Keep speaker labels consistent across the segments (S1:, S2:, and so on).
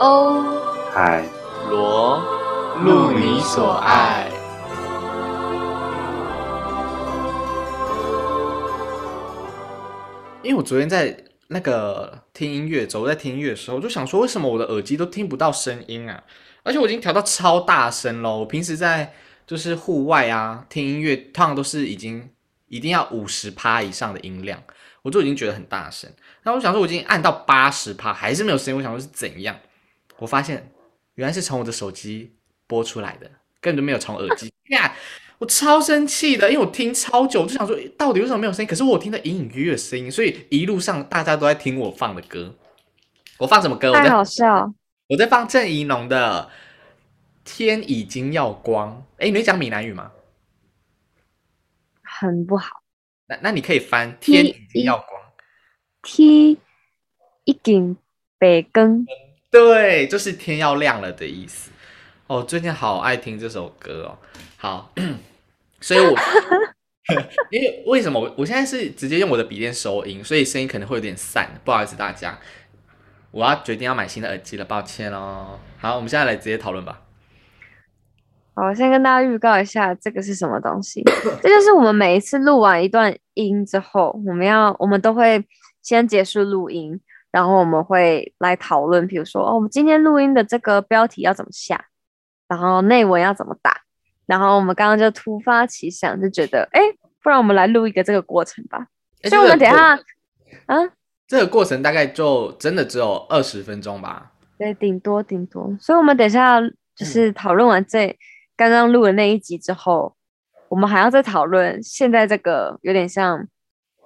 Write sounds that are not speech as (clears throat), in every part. S1: 欧
S2: 海
S3: 罗，
S2: 路你所爱。
S3: 因为我昨天在那个听音乐，走在听音乐的时候，我就想说，为什么我的耳机都听不到声音啊？而且我已经调到超大声喽。我平时在就是户外啊听音乐，通常都是已经一定要五十趴以上的音量，我就已经觉得很大声。那我想说，我已经按到八十趴，还是没有声音。我想说是怎样？我发现原来是从我的手机播出来的，根本就没有从耳机。 (laughs) 呀，我超生气的，因为我听超久，我就想说诶到底为什么没有声音？可是我听到隐隐约约的声音，所以一路上大家都在听我放的歌。我放什么歌？我
S1: 太
S3: 在
S1: 好笑，
S3: 我在放郑怡农的《天已经要光》。哎，你会讲闽南语吗？
S1: 很不好。
S3: 那那你可以翻《天已经要光》。
S1: 天已经白光，
S3: 对，就是天要亮了的意思。哦，最近好爱听这首歌哦。好，所以
S1: (laughs)
S3: 我因为为什么我我现在是直接用我的笔电收音，所以声音可能会有点散，不好意思大家。我要决定要买新的耳机了，抱歉哦。好，我们现在来直接讨论吧。
S1: 好，我先跟大家预告一下，这个是什么东
S3: (coughs)
S1: 西。这就是我们每一次录完一段音之后，我们要我们都会先结束录音，然后我们会来讨论，比如说哦，我们今天录音的这个标题要怎么下，然后内文要怎么打，然后我们刚刚就突发奇想，就觉得哎，不然我们来录一个这个过程吧。
S3: 诶
S1: 所以我们
S3: 哎这
S1: 等
S3: 个
S1: 一
S3: 过
S1: 下啊，
S3: 这个过程大概就真的只有二十分钟吧。
S1: 对，顶多顶多。所以，我们等一下就是讨论完这刚刚录的那一集之后，我们还要再讨论现在这个有点像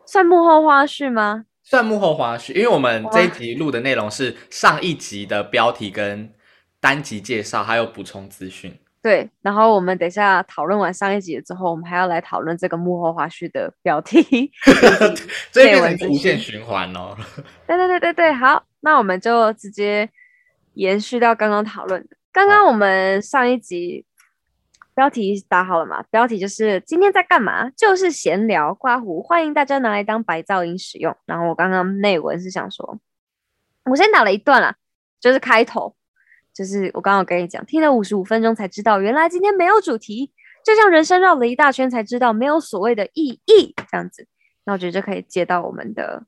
S1: 算幕后花絮吗？
S3: 算幕后花絮，因为我们这一集录的内容是上一集的标题跟单集介绍，还有补充资讯。
S1: 对，然后我们等一下讨论完上一集之后，我们还要来讨论这个幕后花絮的标 (laughs) 题。
S3: 所以变成
S1: 内文
S3: 一
S1: 资讯
S3: 个无限循环哦。
S1: 对对对对对，好，那我们就直接延续到刚刚讨论的。刚刚我们上一集标题打好了嘛？标题就是今天在干嘛？就是闲聊刮胡，欢迎大家拿来当白噪音使用。然后我刚刚内文是想说，我先打了一段啦，就是开头，就是我刚刚有跟你讲，听了五十五分钟才知道，原来今天没有主题，就像人生绕了一大圈才知道没有所谓的意义这样子。那我觉得就可以接到我们的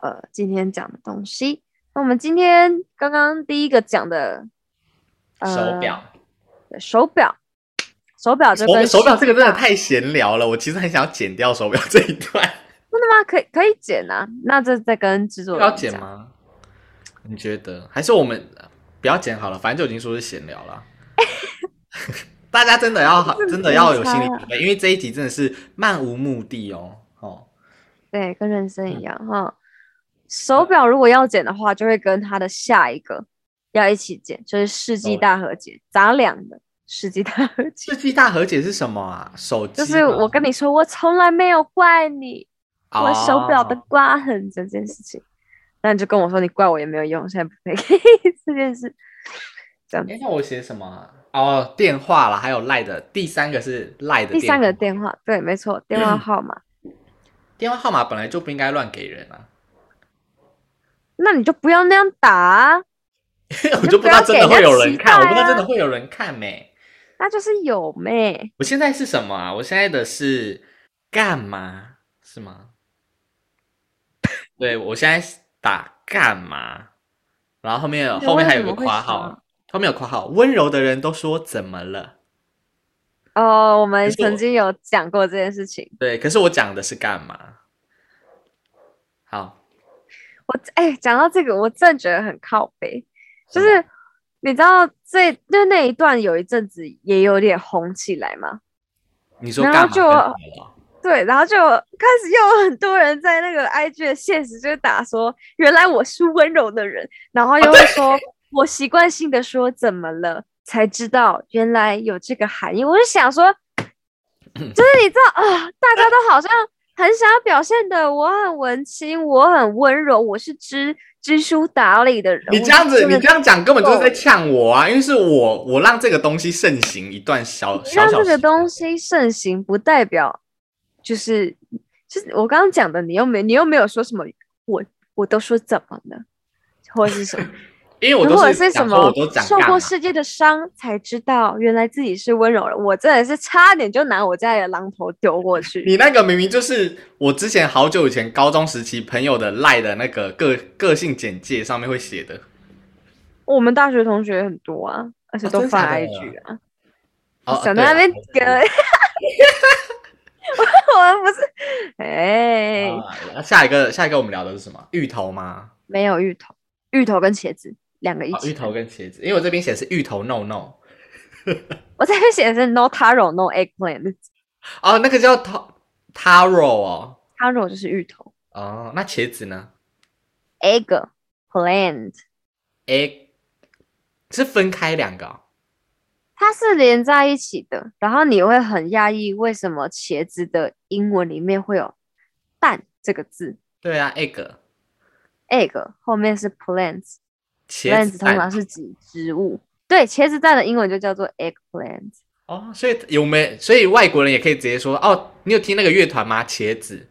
S1: 呃今天讲的东西。那我们今天刚刚第一个讲的、呃、
S3: 手表，
S1: 对手表，手表这
S3: 手
S1: 跟
S3: 手表这个真的
S1: 时尚
S3: 太闲聊了，我其实很想要剪掉手表这一
S1: (laughs)
S3: 段。
S1: 真的吗？可以可以剪啊，那这再跟制作人
S3: 要剪
S1: 讲？
S3: 吗？你觉得？还是我们不要剪好了，反正就已经说是闲聊了。 (laughs) 大家真的
S1: (laughs)
S3: 要好，真的要有心理准备，因为这一集真的是漫无目的哦。哦，
S1: 对，跟人生
S3: 嗯
S1: 一样哈、手表如果要剪的话，就会跟它的下一个要一起剪，就是世纪
S3: 哦
S1: 大和解，咱俩的世纪大和解。
S3: 世纪大和解是什么啊？手机
S1: 就
S3: 吗
S1: 是我跟你说，我从来没有怪你，我手表的
S3: 哦
S1: 刮痕这件事情。那你就跟我说，你怪我也没有用，现在不赔 (laughs) 这件事。
S3: 哎，那我写什么啊？哦，电话啦，还有赖的，第三个是赖的
S1: 第三个
S3: 电嗯
S1: 电话，对，没错，电话号码。
S3: 话电话号码本来就不应该乱给人啊，
S1: 那你就不要那样打、啊，
S3: (laughs) 我就不知道真的会有人看，
S1: 你就不要给人家期待啊
S3: 我不知道真的会有人看没。
S1: 那就是有咩？
S3: 我现在是什么啊？我现在的是干嘛？是吗？对，我现在是打干嘛？然后后面有
S1: 你
S3: 后面还有
S1: 为
S3: 个
S1: 什么会
S3: 括
S1: 想
S3: 号，后面有括号，温柔的人都说怎么了？
S1: 哦，我们
S3: 可是我
S1: 曾经有讲过这件事情。
S3: 对，可是我讲的是干嘛？好，
S1: 我哎，讲到这个，我真的觉得很靠北，就
S3: 什
S1: 是你知道最就那一段有一阵子也有点红起来嘛，
S3: 你说
S1: 然后
S3: 干嘛
S1: 就
S3: 跟怎么了？
S1: 对，然后就开始又有很多人在那个 IG 的现实就打说，原来我是温柔的人，然后又会说，
S3: 哦
S1: 我习惯性的说怎么了，才知道原来有这个含义。我就想
S3: (clears throat)
S1: 说，就是你知道啊、大家都好像很想要表现的我很文青，我很温柔，我是知知书达理的人。
S3: 你
S1: 我
S3: 这样
S1: 就
S3: 子，
S1: 真
S3: 你
S1: 的
S3: 这样讲根本就是在
S1: 够
S3: 呛我啊！因为是我，我让这个东西盛行一段小
S1: 你
S3: 小
S1: 让
S3: 小
S1: 这个
S3: 时间
S1: 东西盛行，不代表就是就是我刚刚讲的，你又没你又没有说什么，我我都说怎么了，或者是什么，
S3: 因为我
S1: 如
S3: 都
S1: 果
S3: 是
S1: 什
S3: 想说
S1: 么
S3: 我都长
S1: 受
S3: 大
S1: 过
S3: 嘛
S1: 世界的伤，才知道原来自己是温柔人。我真的是差点就拿我家里的榔头丢过去。
S3: 你那个明明就是我之前好久以前高中时期朋友的赖的那个个个性简介上面会写的
S1: 我们大学同学很多啊，而且
S3: 啊
S1: 都
S3: 真的
S1: 发
S3: 假的
S1: IG 啊，
S3: 哦，
S1: 想
S3: 对
S1: 在那
S3: 啊
S1: 边
S3: 我
S1: 给
S3: (laughs)
S1: (laughs) 我们不是，哎，
S3: 啊下一个下一个我们聊的是什么？芋头吗？
S1: 没有芋头，芋头跟茄子两个一
S3: 哦
S1: 起。
S3: 芋头跟茄子，因为我这边写的是芋头 no no
S1: 我这边写的是 no taro no eggplant，
S3: 哦，那个叫 ta- taro 哦
S1: taro 就是芋头
S3: 哦，那茄子呢
S1: ，egg plant
S3: ？egg 是分开两个哦、
S1: 它是连在一起的，然后你会很讶异为什么茄子的英文里面会有“蛋”这个字
S3: 对啊，egg
S1: ，egg 后面是 plants，plants
S3: 茄
S1: 通常
S3: 蛋
S1: 是指植物。对，茄子蛋的英文就叫做 eggplant。
S3: 哦，所以有没所以外国人也可以直接说哦，你有听那个乐团吗？茄子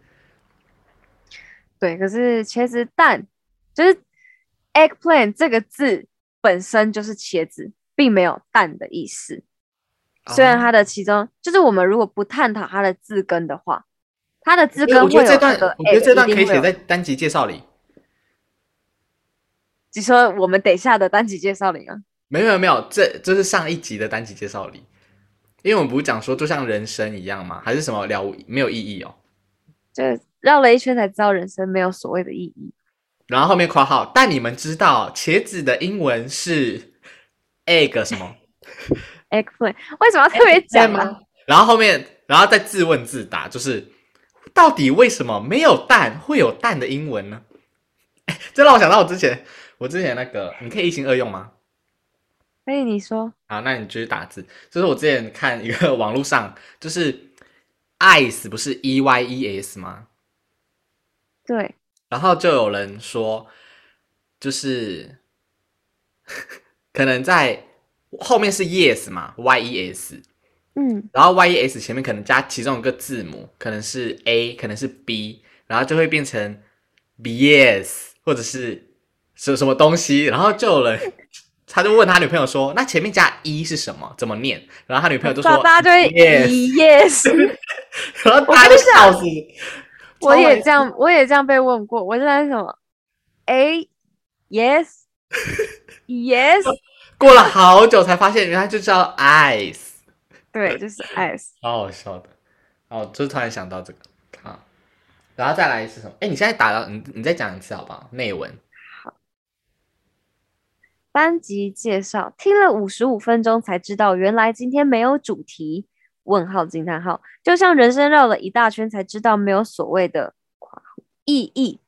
S1: 对，可是茄子蛋就是 eggplant 这个字本身就是茄子，并没有蛋的意思。虽然
S3: 哦
S1: 它的其中就是我们如果不探讨它的字根的话，它的字根
S3: 我觉
S1: 会
S3: 得这
S1: 有
S3: 段
S1: 个，
S3: 我觉得
S1: egg，
S3: 这段
S1: 一
S3: 可
S1: 定
S3: 以
S1: 会
S3: 写
S1: 有
S3: 在单集介绍里。
S1: 你说我们等一下的单集介绍里啊吗？
S3: 没有没有没有，这这是上一集的单集介绍里，因为我们不是讲说就像人生一样嘛，还是什么了无没有意义哦。
S1: 就绕了一圈才知道人生没有所谓的意义。
S3: 然后后面括号，但你们知道茄子的英文是 egg 什么？
S1: eggplant 为什么要特别讲
S3: 对
S1: 啊？
S3: 哎吗？然后后面然后再自问自答，就是到底为什么没有蛋会有蛋的英文呢？ (laughs) 这让我想到我之前我之前那个，你可以一心二用吗？
S1: 所以你说
S3: 好，那你继续打字。就是我之前看一个 (laughs) 网络上，就是 ice 不是 e y e s 吗？
S1: 对，
S3: 然后就有人说，就是 (laughs) 可能在后面是 yes 嘛，y e s，
S1: 嗯，
S3: 然后 y e s 前面可能加其中一个字母，可能是 a，可能是 b，然后就会变成 bs 或者是什什么东西。然后就有人他就问他女朋友说：“那前面加 e 是什么？怎么念？”然后他女朋友就说
S1: 大大家就会
S3: yes，
S1: 咦 yes，
S3: (laughs) 然后大家就笑死。
S1: 我
S3: 超
S1: 也
S3: 白
S1: 这样，我也这样被问过，我就在什么 a
S3: (laughs)
S1: yes yes，
S3: 过了好久才发现，原来就叫 ice，
S1: 对，就是 s，
S3: 好好笑的。哦，就是突然想到这个好，然后再来是什么？哎，你现在打到你，你再讲一次好不好？内文
S1: 班级介绍，听了五十五分钟才知道，原来今天没有主题。问号惊叹号，就像人生绕了一大圈才知道没有所谓的括弧意义。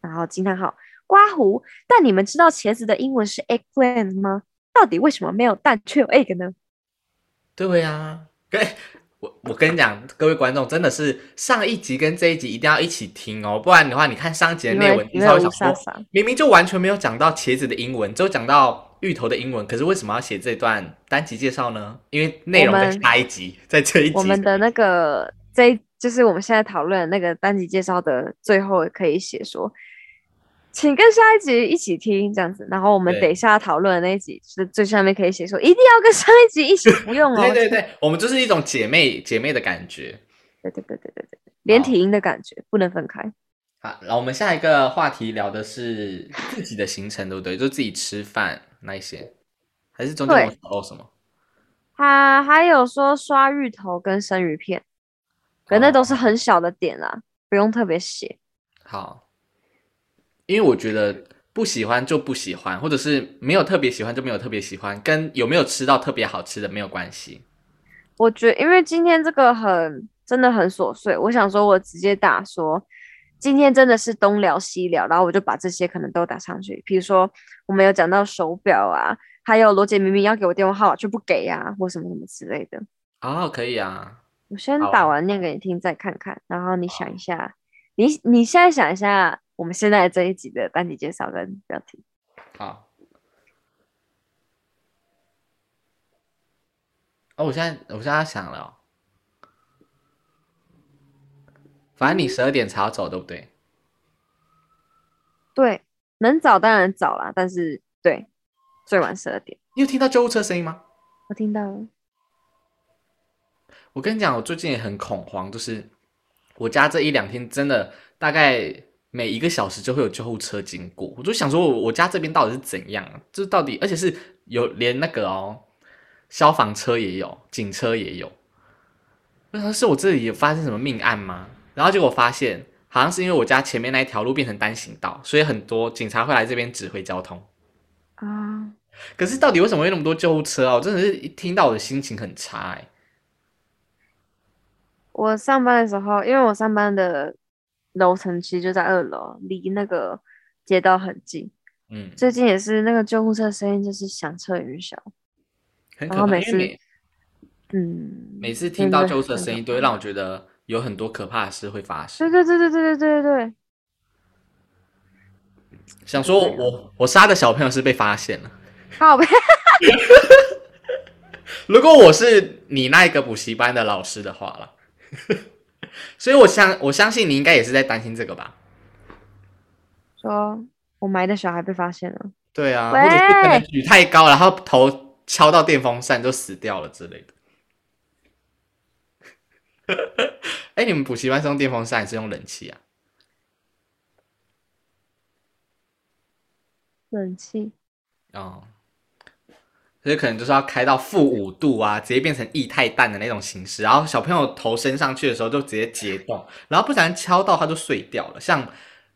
S1: 然后惊叹号，刮胡。但你们知道茄子的英文是 eggplant 吗？到底为什么没有蛋却有 egg 呢？
S3: 对啊呀、跟我我跟你讲，各位观众真的是上一集跟这一集一定要一起听哦，不然的话，你看上一集的
S1: 因
S3: 内
S1: 为
S3: 文，你
S1: 因
S3: 稍
S1: 为
S3: 微
S1: 乌
S3: 想
S1: 莎
S3: 说，
S1: 莎，
S3: 明明就完全没有讲到茄子的英文，只有讲到芋头的英文，可是为什么要写这段单集介绍呢？因为内容
S1: 我
S3: 在
S1: 们
S3: 下一集，在这 (laughs) 一集
S1: 我们的那个这一就是我们现在讨论的那个单集介绍的最后可以写说，请跟下一集一起听这样子，然后我们
S3: 对
S1: 等一下讨论的那一集是最下面可以写说一定要跟上一集一起，不用哦，
S3: 对对对，我们就是一种姐妹姐妹的感觉。
S1: 对对对对对对连
S3: 好
S1: 体婴的感觉不能分开，
S3: 好，然后我们下一个话题聊的是自己的行程，对不对？就自己吃饭那一些，还是中间
S1: 对
S3: 我们漏什么？
S1: 他还有说刷芋头跟生鱼片，可那都是
S3: 哦
S1: 很小的点啦，不用特别写。
S3: 好，因为我觉得不喜欢就不喜欢，或者是没有特别喜欢就没有特别喜欢，跟有没有吃到特别好吃的没有关系。
S1: 我觉得，因为今天这个很真的很琐碎，我想说，我直接打说，今天真的是东聊西聊，然后我就把这些可能都打上去。比如说，我们有讲到手表啊，还有罗姐明明要给我电话号码却不给啊，或什么什么之类的。
S3: 哦，可以啊，
S1: 我先
S3: 好啊
S1: 打完念给你听，再看看，然后你想一下，你你现在想一下，我们现在这一集的单集介绍跟标题。
S3: 好。哦，我现在我现在要想了哦、反正你十二点才要走，对不对？
S1: 对，能早当然早啦，但是对，最晚十二点。
S3: 你有听到救护车声音吗？
S1: 我听到了，
S3: 我跟你讲，我最近也很恐慌，就是我家这一两天真的大概每一个小时就会有救护车经过，我就想说我我家这边到底是怎样啊？这到底而且是有连那个哦，消防车也有，警车也有。我想说是我这里有发生什么命案吗？然后结果发现好像是因为我家前面那一条路变成单行道，所以很多警察会来这边指挥交通。
S1: 啊，
S3: 可是到底为什么会那么多救护车啊？我真的是一听到我的心情很差哎、
S1: 我上班的时候，因为我上班的楼层其实就在二楼，离那个街道很近。
S3: 嗯，
S1: 最近也是那个救护车声音就是响彻云霄，
S3: 很
S1: 然
S3: 可
S1: 后
S3: 怕，
S1: 每
S3: 因为
S1: 次
S3: 每
S1: 嗯，
S3: 每次听到
S1: 真
S3: 救护车的
S1: 很
S3: 声音，
S1: 可
S3: 都会
S1: 怕
S3: 让我觉得有很多可怕的事会发
S1: 对
S3: 生。
S1: 对对对对对对对，
S3: 想说我我我杀的小朋友是被发现了。
S1: 靠背，
S3: 如果我是你那一个补习班的老师的话了， (laughs) 所以我相我相信你应该也是在担心这个吧？
S1: 说我埋的小孩被发现了，
S3: 对啊，或
S1: 喂
S3: 者是可能举太高，然后头敲到电风扇就死掉了之类的。 (laughs) 哎、你们补习班是用电风扇还是用冷气啊？
S1: 冷气
S3: 哦，所以可能就是要开到负五度啊，直接变成液态氮的那种形式，然后小朋友头升上去的时候就直接解冻，然后不然敲到它就碎掉了，像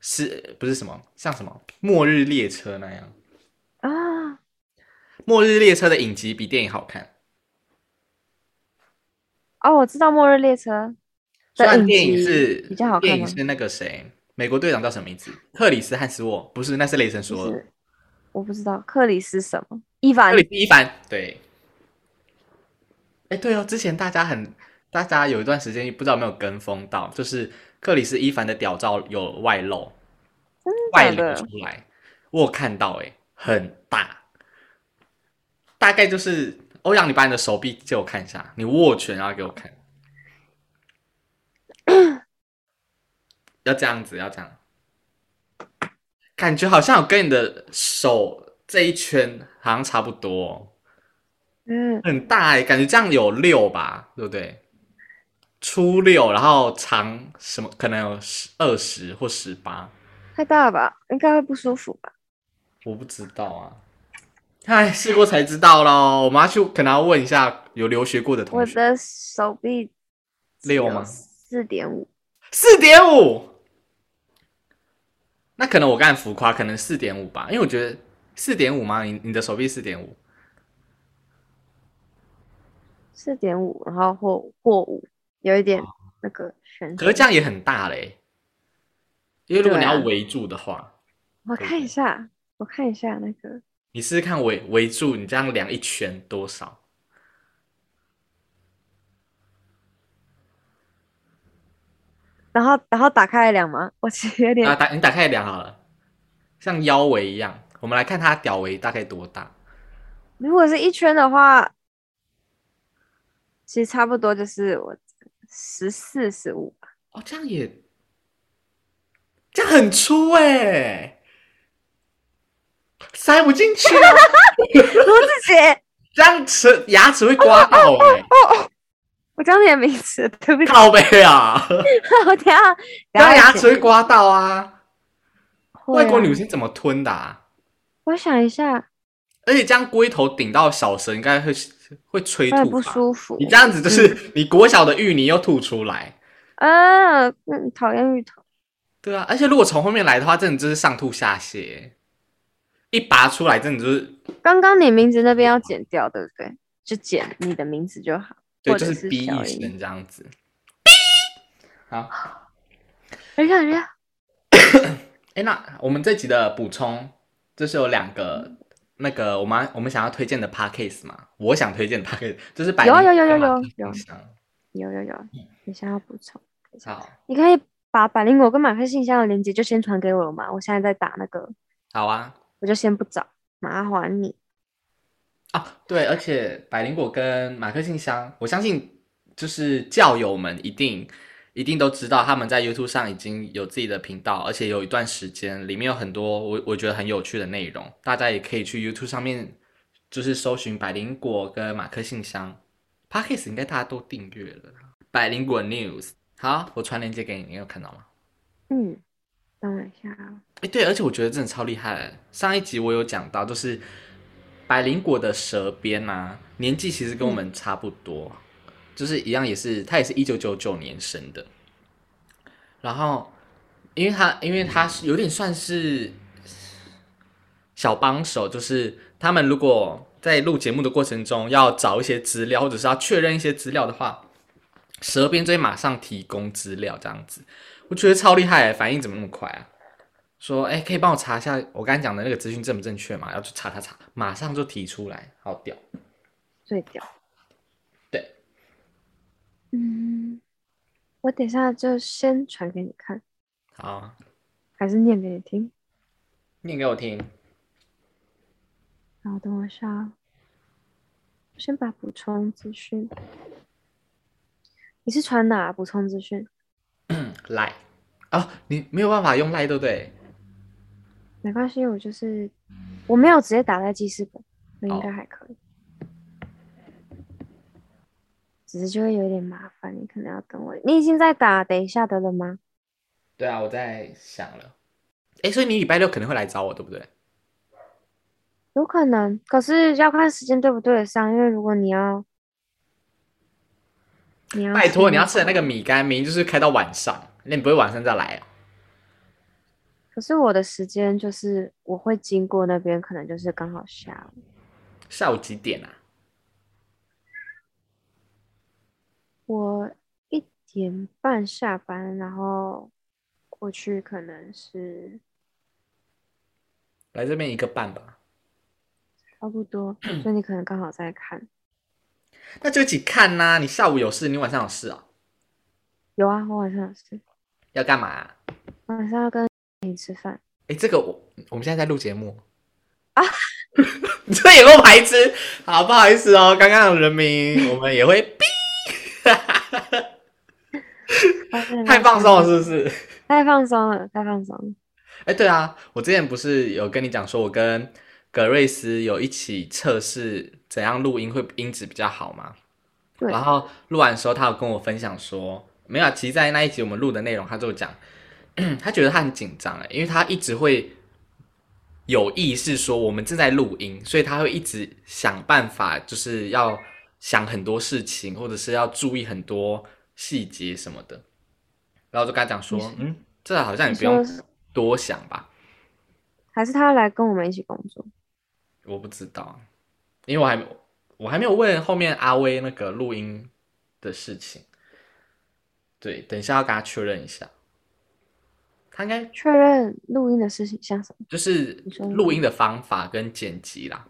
S3: 是不是什么像什么末日列车那样？
S1: 啊，
S3: 末日列车的影集比电影好看，
S1: 哦，我知道《末日列车》
S3: 虽
S1: 的
S3: 然
S1: 影
S3: 电影
S1: 集
S3: 是
S1: 比较好
S3: 电
S1: 看
S3: 影
S1: 吗？
S3: 是那个谁，美国队长叫什么名字？克里斯汉斯沃？不是，那是雷神
S1: 就
S3: 索尔，
S1: 是我不知道克里斯什么伊凡
S3: 克里斯一凡。对，哎，对哦，之前大家很，大家有一段时间不知道有没有跟风到，就是克里斯伊凡的屌照有外露，外
S1: 真的
S3: 流
S1: 假的
S3: 出来，我有看到哎、很大，大概就是欧阳，你把你的手臂借我看一下，你握拳然后给我看，要这样子，要这样，感觉好像有跟你的手这一圈好像差不多、哦。
S1: 嗯，
S3: 很大哎、感觉这样有六吧，对不对？粗六，然后长什么可能有十二十或十八，
S1: 太大了吧，应该会不舒服吧？
S3: 我不知道啊。哎，试过才知道咯。我们要去可能要问一下有留学过的同
S1: 我
S3: 学。
S1: 的手臂
S3: 六吗
S1: 四点五，
S3: 四点五，那可能我刚才浮夸，可能四点五吧，因为我觉得四点五吗？你你的手臂四点五，
S1: 四点五，然后或或五，有一点
S3: 哦
S1: 那个悬
S3: 可是
S1: 殊。
S3: 这样也很大嘞、因为如果你
S1: 对啊
S3: 要围住的话，
S1: 我看一下，我看一下那个
S3: 你试试看围围住，你这样量一圈多少？
S1: 然后然后打开来量吗？我其实有点
S3: 啊，打你打开量好了，像腰围一样。我们来看它屌围大概多大。
S1: 如果是一圈的话，其实差不多就是我十四十五 (laughs) 吧。
S3: 哦，这样也，这样很粗哎、塞不进去啊，
S1: (laughs) 罗志杰，
S3: 这样齿牙齿会刮到
S1: (laughs)
S3: 哎、
S1: 我叫你的名字，对不起，
S3: 靠背啊，
S1: 我等一下
S3: 这样牙齿
S1: 嘴
S3: 会刮到啊。外国女
S1: 生，
S3: 生怎么吞的、啊？
S1: 啊我想一下，
S3: 而且这样龟头顶到小舌，应该会会吹
S1: 有点
S3: 吐
S1: 不
S3: 吧？
S1: 舒服
S3: 你。这样子就是你国小的芋泥又吐出来。
S1: 啊，嗯，讨厌芋头。
S3: 对啊，而且如果从后面来的话，真的就是上吐下泻，一拔出来真的就是，
S1: 刚刚你名字那边要剪掉，对不对？就剪你的名字就好。
S3: 对，
S1: 或
S3: 就
S1: 者
S3: 是
S1: 是
S3: 逼一
S1: 小
S3: 声
S1: 音
S3: 这样子。好，
S1: 等一下，等一下，
S3: 哎，那我们这集的补充就是有两个那个我们我们想要推荐的 podcast 嘛，我想推荐的 podcast 就是百
S1: 有
S3: 灵
S1: 有有有
S3: 果嘛
S1: 有有
S3: 冰箱
S1: 有有有，等一下要补充。等一下
S3: 好，
S1: 你可以把百灵果跟马克信箱的链接就先传给我嘛，我现在在打那个，
S3: 好啊
S1: 我就先不找，麻烦你。
S3: 啊，对，而且百灵果跟马克信箱，我相信就是教友们一定一定都知道他们在 YouTube 上已经有自己的频道，而且有一段时间里面有很多我我觉得很有趣的内容，大家也可以去 YouTube 上面就是搜寻百灵果跟马克信箱 p a c k e s 应该大家都订阅了百灵果 News。好，我传链接给你，你有看到吗？
S1: 嗯，等我一下啊，
S3: 哎，对，而且我觉得真的超厉害的。上一集我有讲到，就是百灵果的蛇鞭啊，年纪其实跟我们差不多，就是一样，也是他也是一九九九年生的。然后，因为他因为他是有点算是小帮手，就是他们如果在录节目的过程中要找一些资料，或者是要确认一些资料的话，蛇鞭就会马上提供资料这样子。我觉得超厉害的，欸反应怎么那么快啊？说，哎、可以帮我查一下我刚才讲的那个资讯正不正确嘛？要去查查查，马上就提出来，好屌。
S1: 最屌。
S3: 对，
S1: 嗯，我等一下就先传给你看，
S3: 好，
S1: 还是念给你听？
S3: 念给我听。
S1: 然后等我一下啊，我先把补充资讯。你是传哪补充资讯？
S3: 赖哦，你没有办法用赖，对不对？
S1: 没关系，我就是
S3: 嗯
S1: 我没有直接打在记事本，那应
S3: 哦
S1: 该还可以。只是就会有点麻烦，你可能要等我。你已经在打等一下的了吗？
S3: 对啊，我在想了。哎、所以你礼拜六可能会来找我，对不对？
S1: 有可能，可是要看时间对不对得上，因为如果你要，你要
S3: 拜托，你要吃的
S1: 那
S3: 那
S1: 个，
S3: 个米干，明明就是开到晚上，那你不会晚上再来啊？
S1: 可是我的时间就是我会经过那边，可能就是刚好下午。
S3: 下午几点啊？
S1: 我一点半下班，然后过去可能是
S3: 来这边一个半吧。
S1: 差不多，所以
S3: 嗯
S1: 你可能刚好在看。
S3: 那就一起看呐、你下午有事，你晚上有事啊？
S1: 有啊，我晚上有事，
S3: 要干嘛、啊？
S1: 晚上要跟你吃饭。
S3: 哎、这个我我们现在在录节目啊，你 (laughs) 这也够白痴，好不好意思哦，刚刚的人名我们也会哔，
S1: 发现
S3: 太
S1: 了
S3: 放松了，是不是？
S1: 太放松了，太放松了。
S3: 哎、对啊，我之前不是有跟你讲说，我跟格瑞斯有一起测试怎样录音会音质比较好吗？
S1: 对
S3: 然后录完的时候，他有跟我分享说，没有啊，其实，在那一集我们录的内容，他就讲， (clears throat) 他觉得他很紧张哎，因为他一直会有意识说我们正在录音，所以他会一直想办法，就是要想很多事情，或者是要注意很多细节什么的。然后我就跟他讲说
S1: 你是，
S3: 嗯，这好像也
S1: 你
S3: 不用
S1: 说是
S3: 多想吧，
S1: 还是他来跟我们一起工作？
S3: 我不知道，因为我还没我还没有问后面阿威那个录音的事情。对，等一下要跟他确认一下。他应该
S1: 确认录音的事情像什么？
S3: 就是
S1: 你说
S3: 录音的方法跟剪辑啦，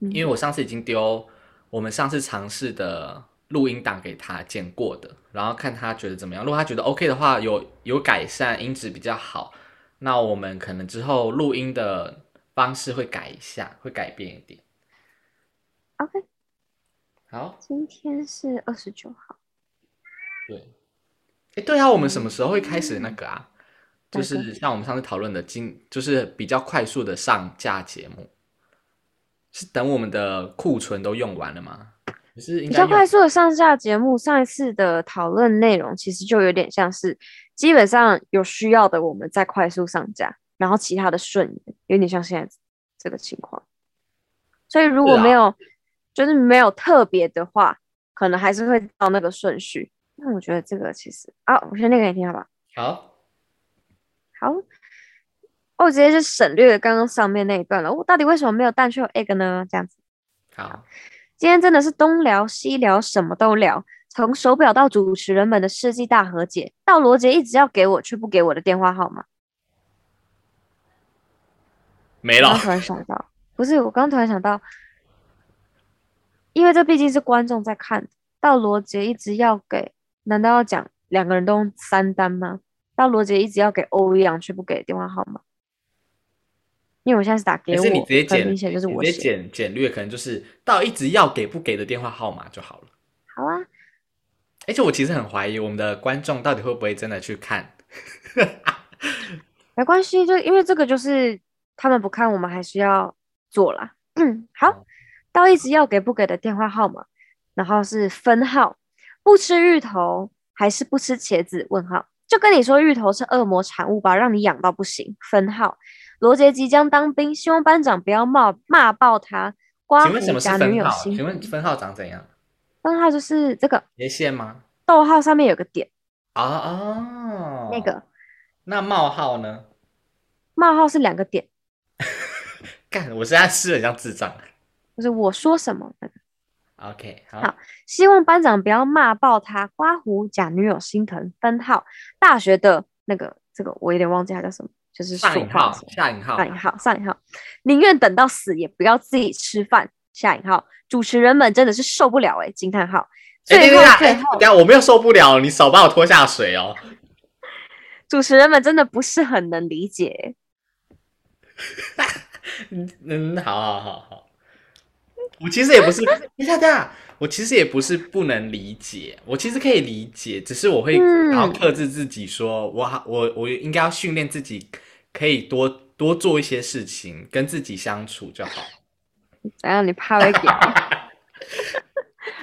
S1: 嗯
S3: 因为我上次已经丢我们上次尝试的录音档给他剪过的，然后看他觉得怎么样。如果他觉得 OK 的话，有有改善，音质比较好，那我们可能之后录音的方式会改一下，会改变一点。
S1: OK，
S3: 好，
S1: 今天是二十九号，
S3: 对，哎，对啊，我们什么时候会开始那个啊？就
S1: 哪个
S3: 是像我们上次讨论的今，就是比较快速的上架节目，是等我们的库存都用完了吗？可是应
S1: 比
S3: 该
S1: 较快
S3: 用
S1: 速的上下节目。上一次的讨论内容其实就有点像是，基本上有需要的我们再快速上架，然后其他的顺延，有点像现在这个情况。所以如果
S3: 是啊
S1: 没有，就是没有特别的话，可能还是会照那个顺序。那我觉得这个其实啊，我先念给你听好不好？
S3: 好，
S1: 好，哦我直接就省略了刚刚上面那一段了。哦我到底为什么没有蛋却有 egg 呢？这样子，
S3: 好，
S1: 今天真的是东聊西聊，什么都聊，从手表到主持人们的世纪大和解，到罗杰一直要给我却不给我的电话号码。
S3: 没
S1: 我
S3: 了
S1: 刚。突然想到，不是我刚突然想到，因为这毕竟是观众在看，到罗杰一直要给，难道要讲两个人都用三单吗？到罗杰一直要给欧阳却不给电话号码，因为我现在是打给
S3: 还
S1: 我，
S3: 是你直接
S1: 很
S3: 剪，
S1: 明显就是
S3: 你
S1: 我
S3: 直接
S1: 写。
S3: 简简略，可能就是到一直要给不给的电话号码就好了。
S1: 好啊，
S3: 而且我其实很怀疑我们的观众到底会不会真的去看。
S1: 没关系，就因为这个就是他们不看，我们还是要做啦。嗯好，到一直要给不给的电话号码，然后是分号，不吃芋头还是不吃茄子？问号，就跟你说芋头是恶魔产物吧，让你养到不行。分号，罗杰即将当兵，希望班长不要骂骂爆他。刮
S3: 请
S1: 胡
S3: 问什么是
S1: 假女
S3: 分
S1: 友
S3: 号？啊
S1: 心
S3: 请问分号长怎样？
S1: 分号就是这个
S3: 斜线吗？
S1: 逗号上面有个点，
S3: 啊哦，
S1: 那个
S3: 那冒号呢？
S1: 冒号是两个点，
S3: 干，我现在吃得很像智障。
S1: 就是我说什么那个
S3: OK，好，
S1: 好希望班长不要骂爆他，刮胡假女友心疼。分号大学的那个这个我有点忘记他叫什么，就是
S3: 上
S1: 说
S3: 引
S1: 话
S3: 号
S1: 的时，候
S3: 下引号，
S1: 上引号上引号，宁愿等到死也不要自己吃饭。下引号，主持人们真的是受不了哎、惊叹号。
S3: 哎，等一
S1: 最后
S3: 下，
S1: 最
S3: 哎，
S1: 后
S3: 等一，下，我没有受不了，你少把我拖下水哦。
S1: 主持人们真的不是很能理解欸、
S3: 嗯，好好好好。我其实也不
S1: (laughs)
S3: 是，等一下等一下，我其实也不是不能理解，我其实可以理解，只是我会
S1: 嗯
S3: 然后克制自己说，我好我我应该要训练自己，可以多多做一些事情，跟自己相处就好。
S1: 怎样？你怕被
S3: (laughs)
S1: 屌？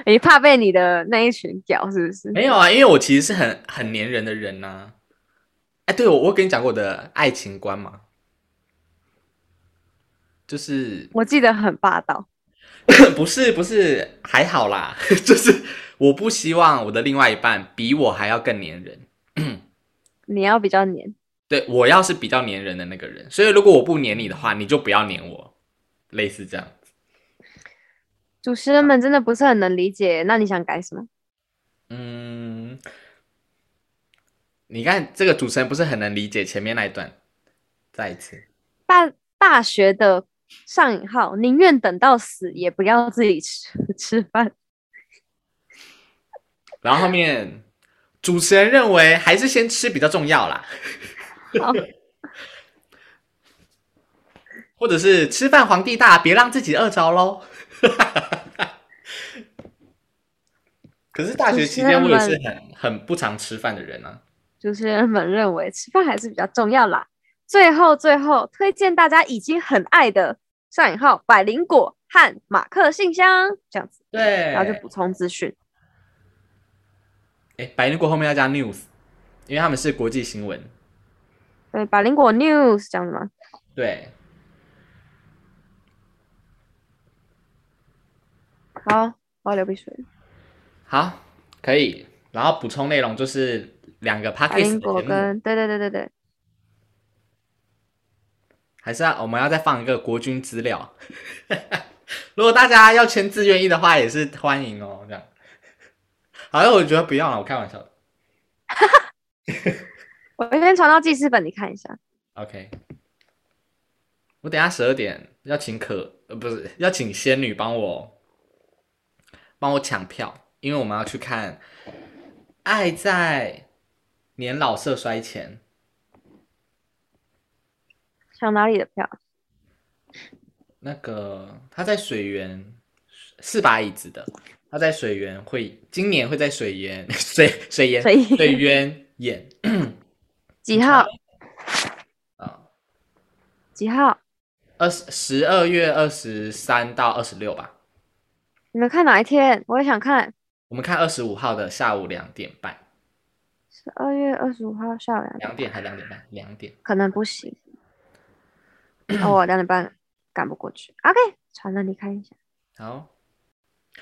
S1: 你怕被你的那一群屌是不是？
S3: 没有啊，因为我其实是很很粘人的人呐、哎，对，我我跟你讲过我的爱情观嘛，就是 (coughs)
S1: 我记得很霸道。
S3: 不是不是，还好啦， (laughs) 就是我不希望我的另外一半比我还要更粘人。
S1: 你要比较黏，
S3: 对我要是比较粘人的那个人，所以如果我不粘你的话，你就不要粘我，类似这样。
S1: 主持人们真的不是很能理解。那你想改什么？
S3: 嗯，你看这个主持人不是很能理解前面那一段，再一次。
S1: 大大学的上引号，宁愿等到死也不要自己吃 (laughs) 吃饭。
S3: 然后后面主持人认为还是先吃比较重要啦，
S1: 好，
S3: (laughs) 或者是吃饭皇帝大，别让自己饿着喽。 (laughs) 可是大学期间我也是很很不常吃饭的人啊。
S1: 主持人们认为吃饭还是比较重要啦。最后，最后推荐大家已经很爱的上引号百灵果和马克信箱这样子，
S3: 对，
S1: 然后就补充资讯。
S3: 哎，百灵果后面要加 news，因为他们是国际新闻。
S1: 对，百灵果 news 这样子吗？
S3: 对，
S1: 好，我要流鼻水了。
S3: 好，可以。然后补充内容就是两个 p a c
S1: 百
S3: k a g
S1: 灵
S3: e 的
S1: 果
S3: 节目，
S1: 跟对对对对对，
S3: 还是啊要我们要再放一个国军资料。 (laughs) 如果大家要签字愿意的话，也是欢迎哦。这样，好像我觉得不用了，我开玩笑的。
S1: 我先传到记事本，你看一下。
S3: OK，我等一下十二点要请可呃不是要请仙女帮我帮我抢票，因为我们要去看《爱在年老色衰前》。
S1: 抢哪里的票？
S3: 那个他在水源四把椅子的，他在水源会今年会在水源 (laughs) 水水源
S1: 水源
S3: 水源演
S1: (laughs) 几号？
S3: 啊，
S1: 几号？
S3: 二十十二月二十三到二十六吧。
S1: 你们看哪一天？我也想看。
S3: 我们看二十五号的下午两点半，
S1: 十二月二十五号下午两点，
S3: 两点还两点半，两点。
S1: 可能不行。哦，我两点半赶不过去。OK，传了你看一下。
S3: 好，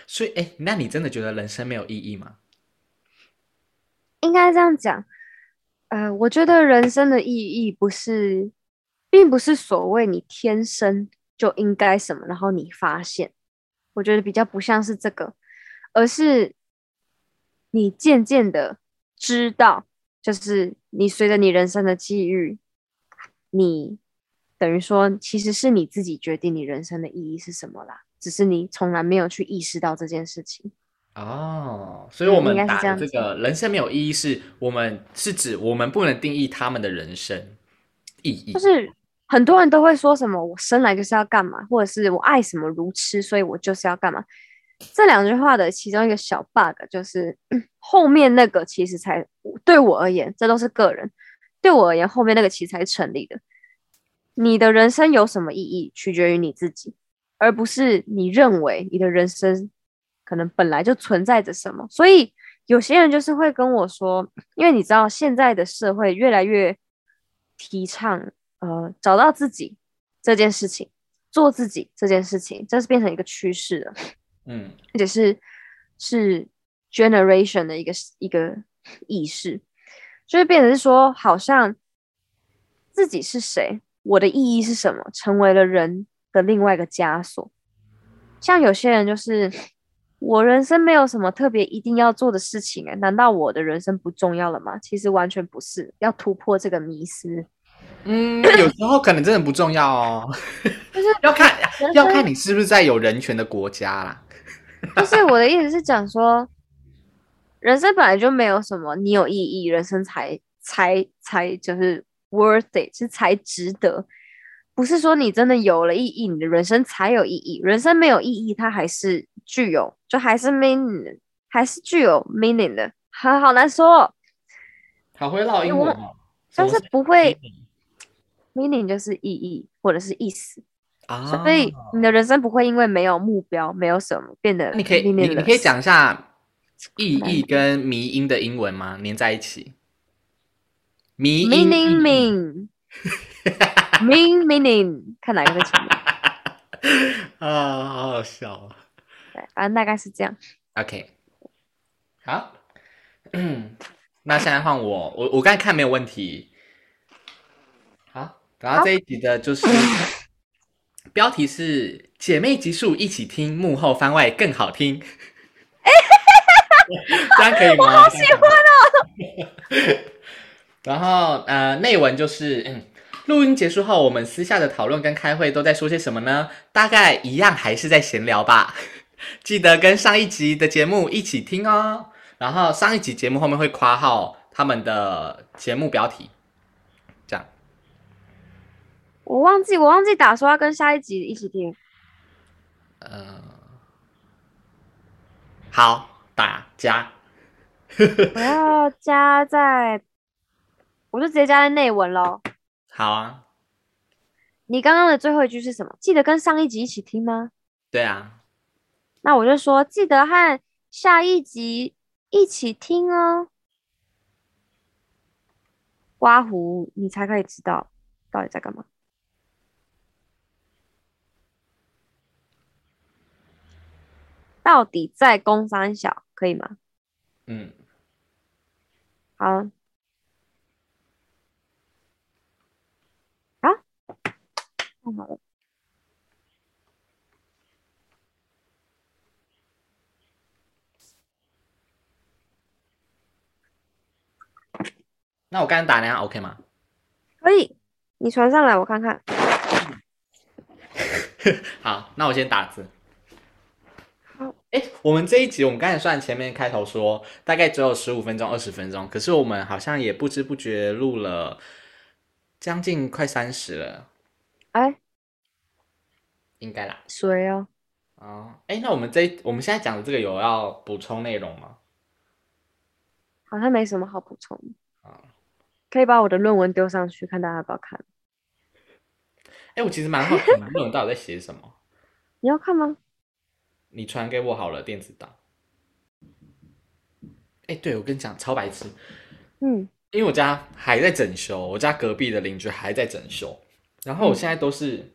S3: 所以哎、诶那你真的觉得人生没有意义吗？
S1: 应该这样讲，呃，我觉得人生的意义不是，并不是所谓你天生就应该什么，然后你发现，我觉得比较不像是这个，而是你渐渐的知道，就是你随着你人生的际遇，你等于说其实是你自己决定你人生的意义是什么啦，只是你从来没有去意识到这件事情。
S3: 哦，所
S1: 嗯
S3: 以我
S1: 应
S3: 们
S1: 该是
S3: 打
S1: 这样
S3: 的这
S1: 子
S3: 个人生没有意义是，我们是指我们不能定义他们的人生意义，
S1: 就是很多人都会说什么“我生来就是要干嘛”，或者是我爱什么如痴，所以我就是要干嘛。这两句话的其中一个小 bug 就是嗯后面那个其实才对我而言，这都是个人，对我而言后面那个其实才是成立的。你的人生有什么意义，取决于你自己，而不是你认为你的人生可能本来就存在着什么。所以有些人就是会跟我说，因为你知道现在的社会越来越提倡呃找到自己这件事情，做自己这件事情，这是变成一个趋势了。
S3: 嗯
S1: 而且是是 generation 的一个一个意识，就是变成是说，好像自己是谁，我的意义是什么，成为了人的另外一个枷锁。像有些人就是，我人生没有什么特别一定要做的事情、欸，难道我的人生不重要了吗？其实完全不是，要突破这个迷思。
S3: 嗯，有时候可能真的不重要哦，
S1: 就是
S3: (laughs) 要看
S1: 人
S3: 要
S1: 生
S3: 看你是不是在有人权的国家啦。
S1: 就是我的意思是讲说，人生本来就没有什么你有意义，人生才才才就是 worth it，是才值得。不是说你真的有了意义，你的人生才有意义。人生没有意义，它还是具有，就还是 meaning，的还是具有 meaning 的。好好难说哦，
S3: 好会唠英文哦，
S1: 但是
S3: 什么
S1: 不会
S3: meaning？
S1: meaning 就是意义或者是意思，
S3: 啊，
S1: 所以你的人生不会因为没有目标、没有什么变得
S3: 那你可以你你可以
S1: meaningless
S3: 讲一下意义跟迷音的英文吗？连在一起，迷音
S1: meaning
S3: 意义
S1: mean (laughs) mean meaning，看哪个会前面。
S3: (laughs) 啊，好好笑哦。
S1: 对，反正大概是这样。
S3: OK，好， (clears throat) 那现在换我，我我刚才看没有问题。好，然后
S1: 好
S3: 这一集的就是 (clears throat) 标题是“姐妹集数一起听，幕后番外更好 (laughs) 听”，这样可以吗？我好喜欢哦。 (laughs) 然后呃，内文就是嗯。录音结束后，我们私下的讨论跟开会都在说些什么呢？大概一样，还是在闲聊吧。记得跟上一集的节目一起听哦。然后上一集节目后面会括号他们的节目标题，这样
S1: 我忘记，我忘记打说要跟下一集一起听。
S3: 呃，好打加
S1: 我要加在，我就直接加在内文喽。
S3: 好啊，
S1: 你刚刚的最后一句是什么？记得跟上一集一起听吗？
S3: 对啊，
S1: 那我就说记得和下一集一起听哦。刮胡，你才可以知道到底在干嘛。到底在攻三小可以吗？
S3: 嗯，
S1: 好，好，太好了。
S3: 那我刚才打那样 OK 吗？
S1: 可以，你传上来我看看。
S3: 好，那我先打字
S1: 好。
S3: 哎，我们这一集，我们刚才虽然前面开头说大概只有十五分钟、二十分钟，可是我们好像也不知不觉录了将近快三十了，
S1: 哎，
S3: 应该啦。
S1: 谁哦？
S3: 哦，哎，那我们这一我们现在讲的这个有要补充内容吗？
S1: 好像没什么好补充的。
S3: 啊
S1: 可以把我的论文丢上去，看大家要不要看。
S3: 哎，我其实蛮好奇你论文到底在写什么，
S1: 你要看吗？
S3: 你传给我好了，电子档。哎，对，我跟你讲，超白痴，
S1: 嗯，
S3: 因为我家还在整修，我家隔壁的邻居还在整修，然后我现在都是、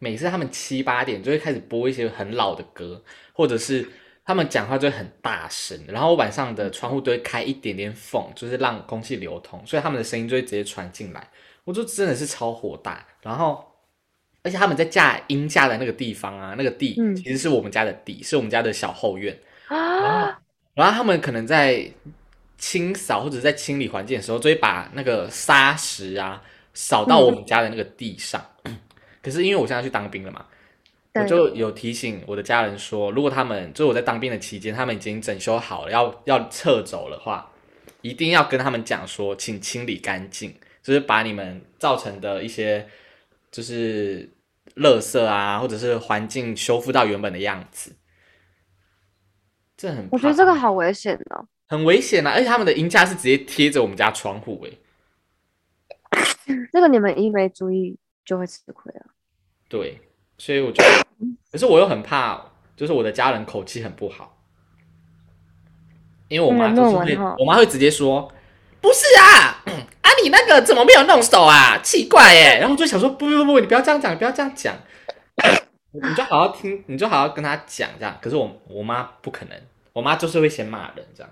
S3: 每次他们七八点就会开始播一些很老的歌，或者是他们讲话就会很大声，然后我晚上的窗户都会开一点点缝，就是让空气流通，所以他们的声音就会直接传进来，我就真的是超火大，然后。而且他们在架音架的那个地方啊，那个地
S1: 嗯
S3: 其实是我们家的地，是我们家的小后院。
S1: 啊，
S3: 然后他们可能在清扫或者在清理环境的时候，就会把那个沙石啊扫到我
S1: 嗯
S3: 们家的那个地上。 (clears throat) 可是因为我现在去当兵了嘛，我
S1: 对
S3: 就有提醒我的家人说，如果他们就我在当兵的期间，他们已经整修好了，要要撤走的话，一定要跟他们讲说，请清理干净，就是把你们造成的一些就是垃圾啊，或者是环境修复到原本的样子。这很
S1: (gasps) 我觉得
S3: 怕
S1: 这个好危险哦。
S3: 很危险啊！而且他们的音架是直接贴着我们家窗户欸诶、
S1: 这个你们一没注意就会吃亏了。
S3: 对，所以我觉得，可是我又很怕，哦就是我的家人口气很不好，因为我妈
S1: 嗯
S3: 就是
S1: 论文
S3: 会
S1: 哈，
S3: 我妈会直接说，不是啊，啊你那个怎么没有弄手啊，奇怪耶，然后我就想说，不不不，你不要这样讲，你不要这样讲， (coughs) 你就好好听，你就好好跟她讲这样，可是我我妈不可能，我妈就是会先骂人这样。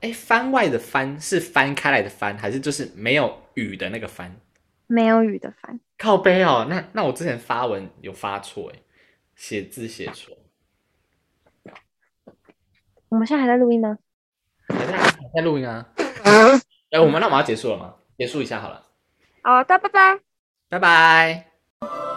S3: 哎，番外的番是翻开来的翻，还是就是没有雨的那个翻？
S1: 没有雨的烦，
S3: 靠背哦，那那我之前发文有发错哎，写字写错，
S1: 我们现在还在录音吗？
S3: 还在还在录音啊。哎，我们那我们要结束了吗？结束一下好了，
S1: 好的，拜拜。
S3: 拜拜。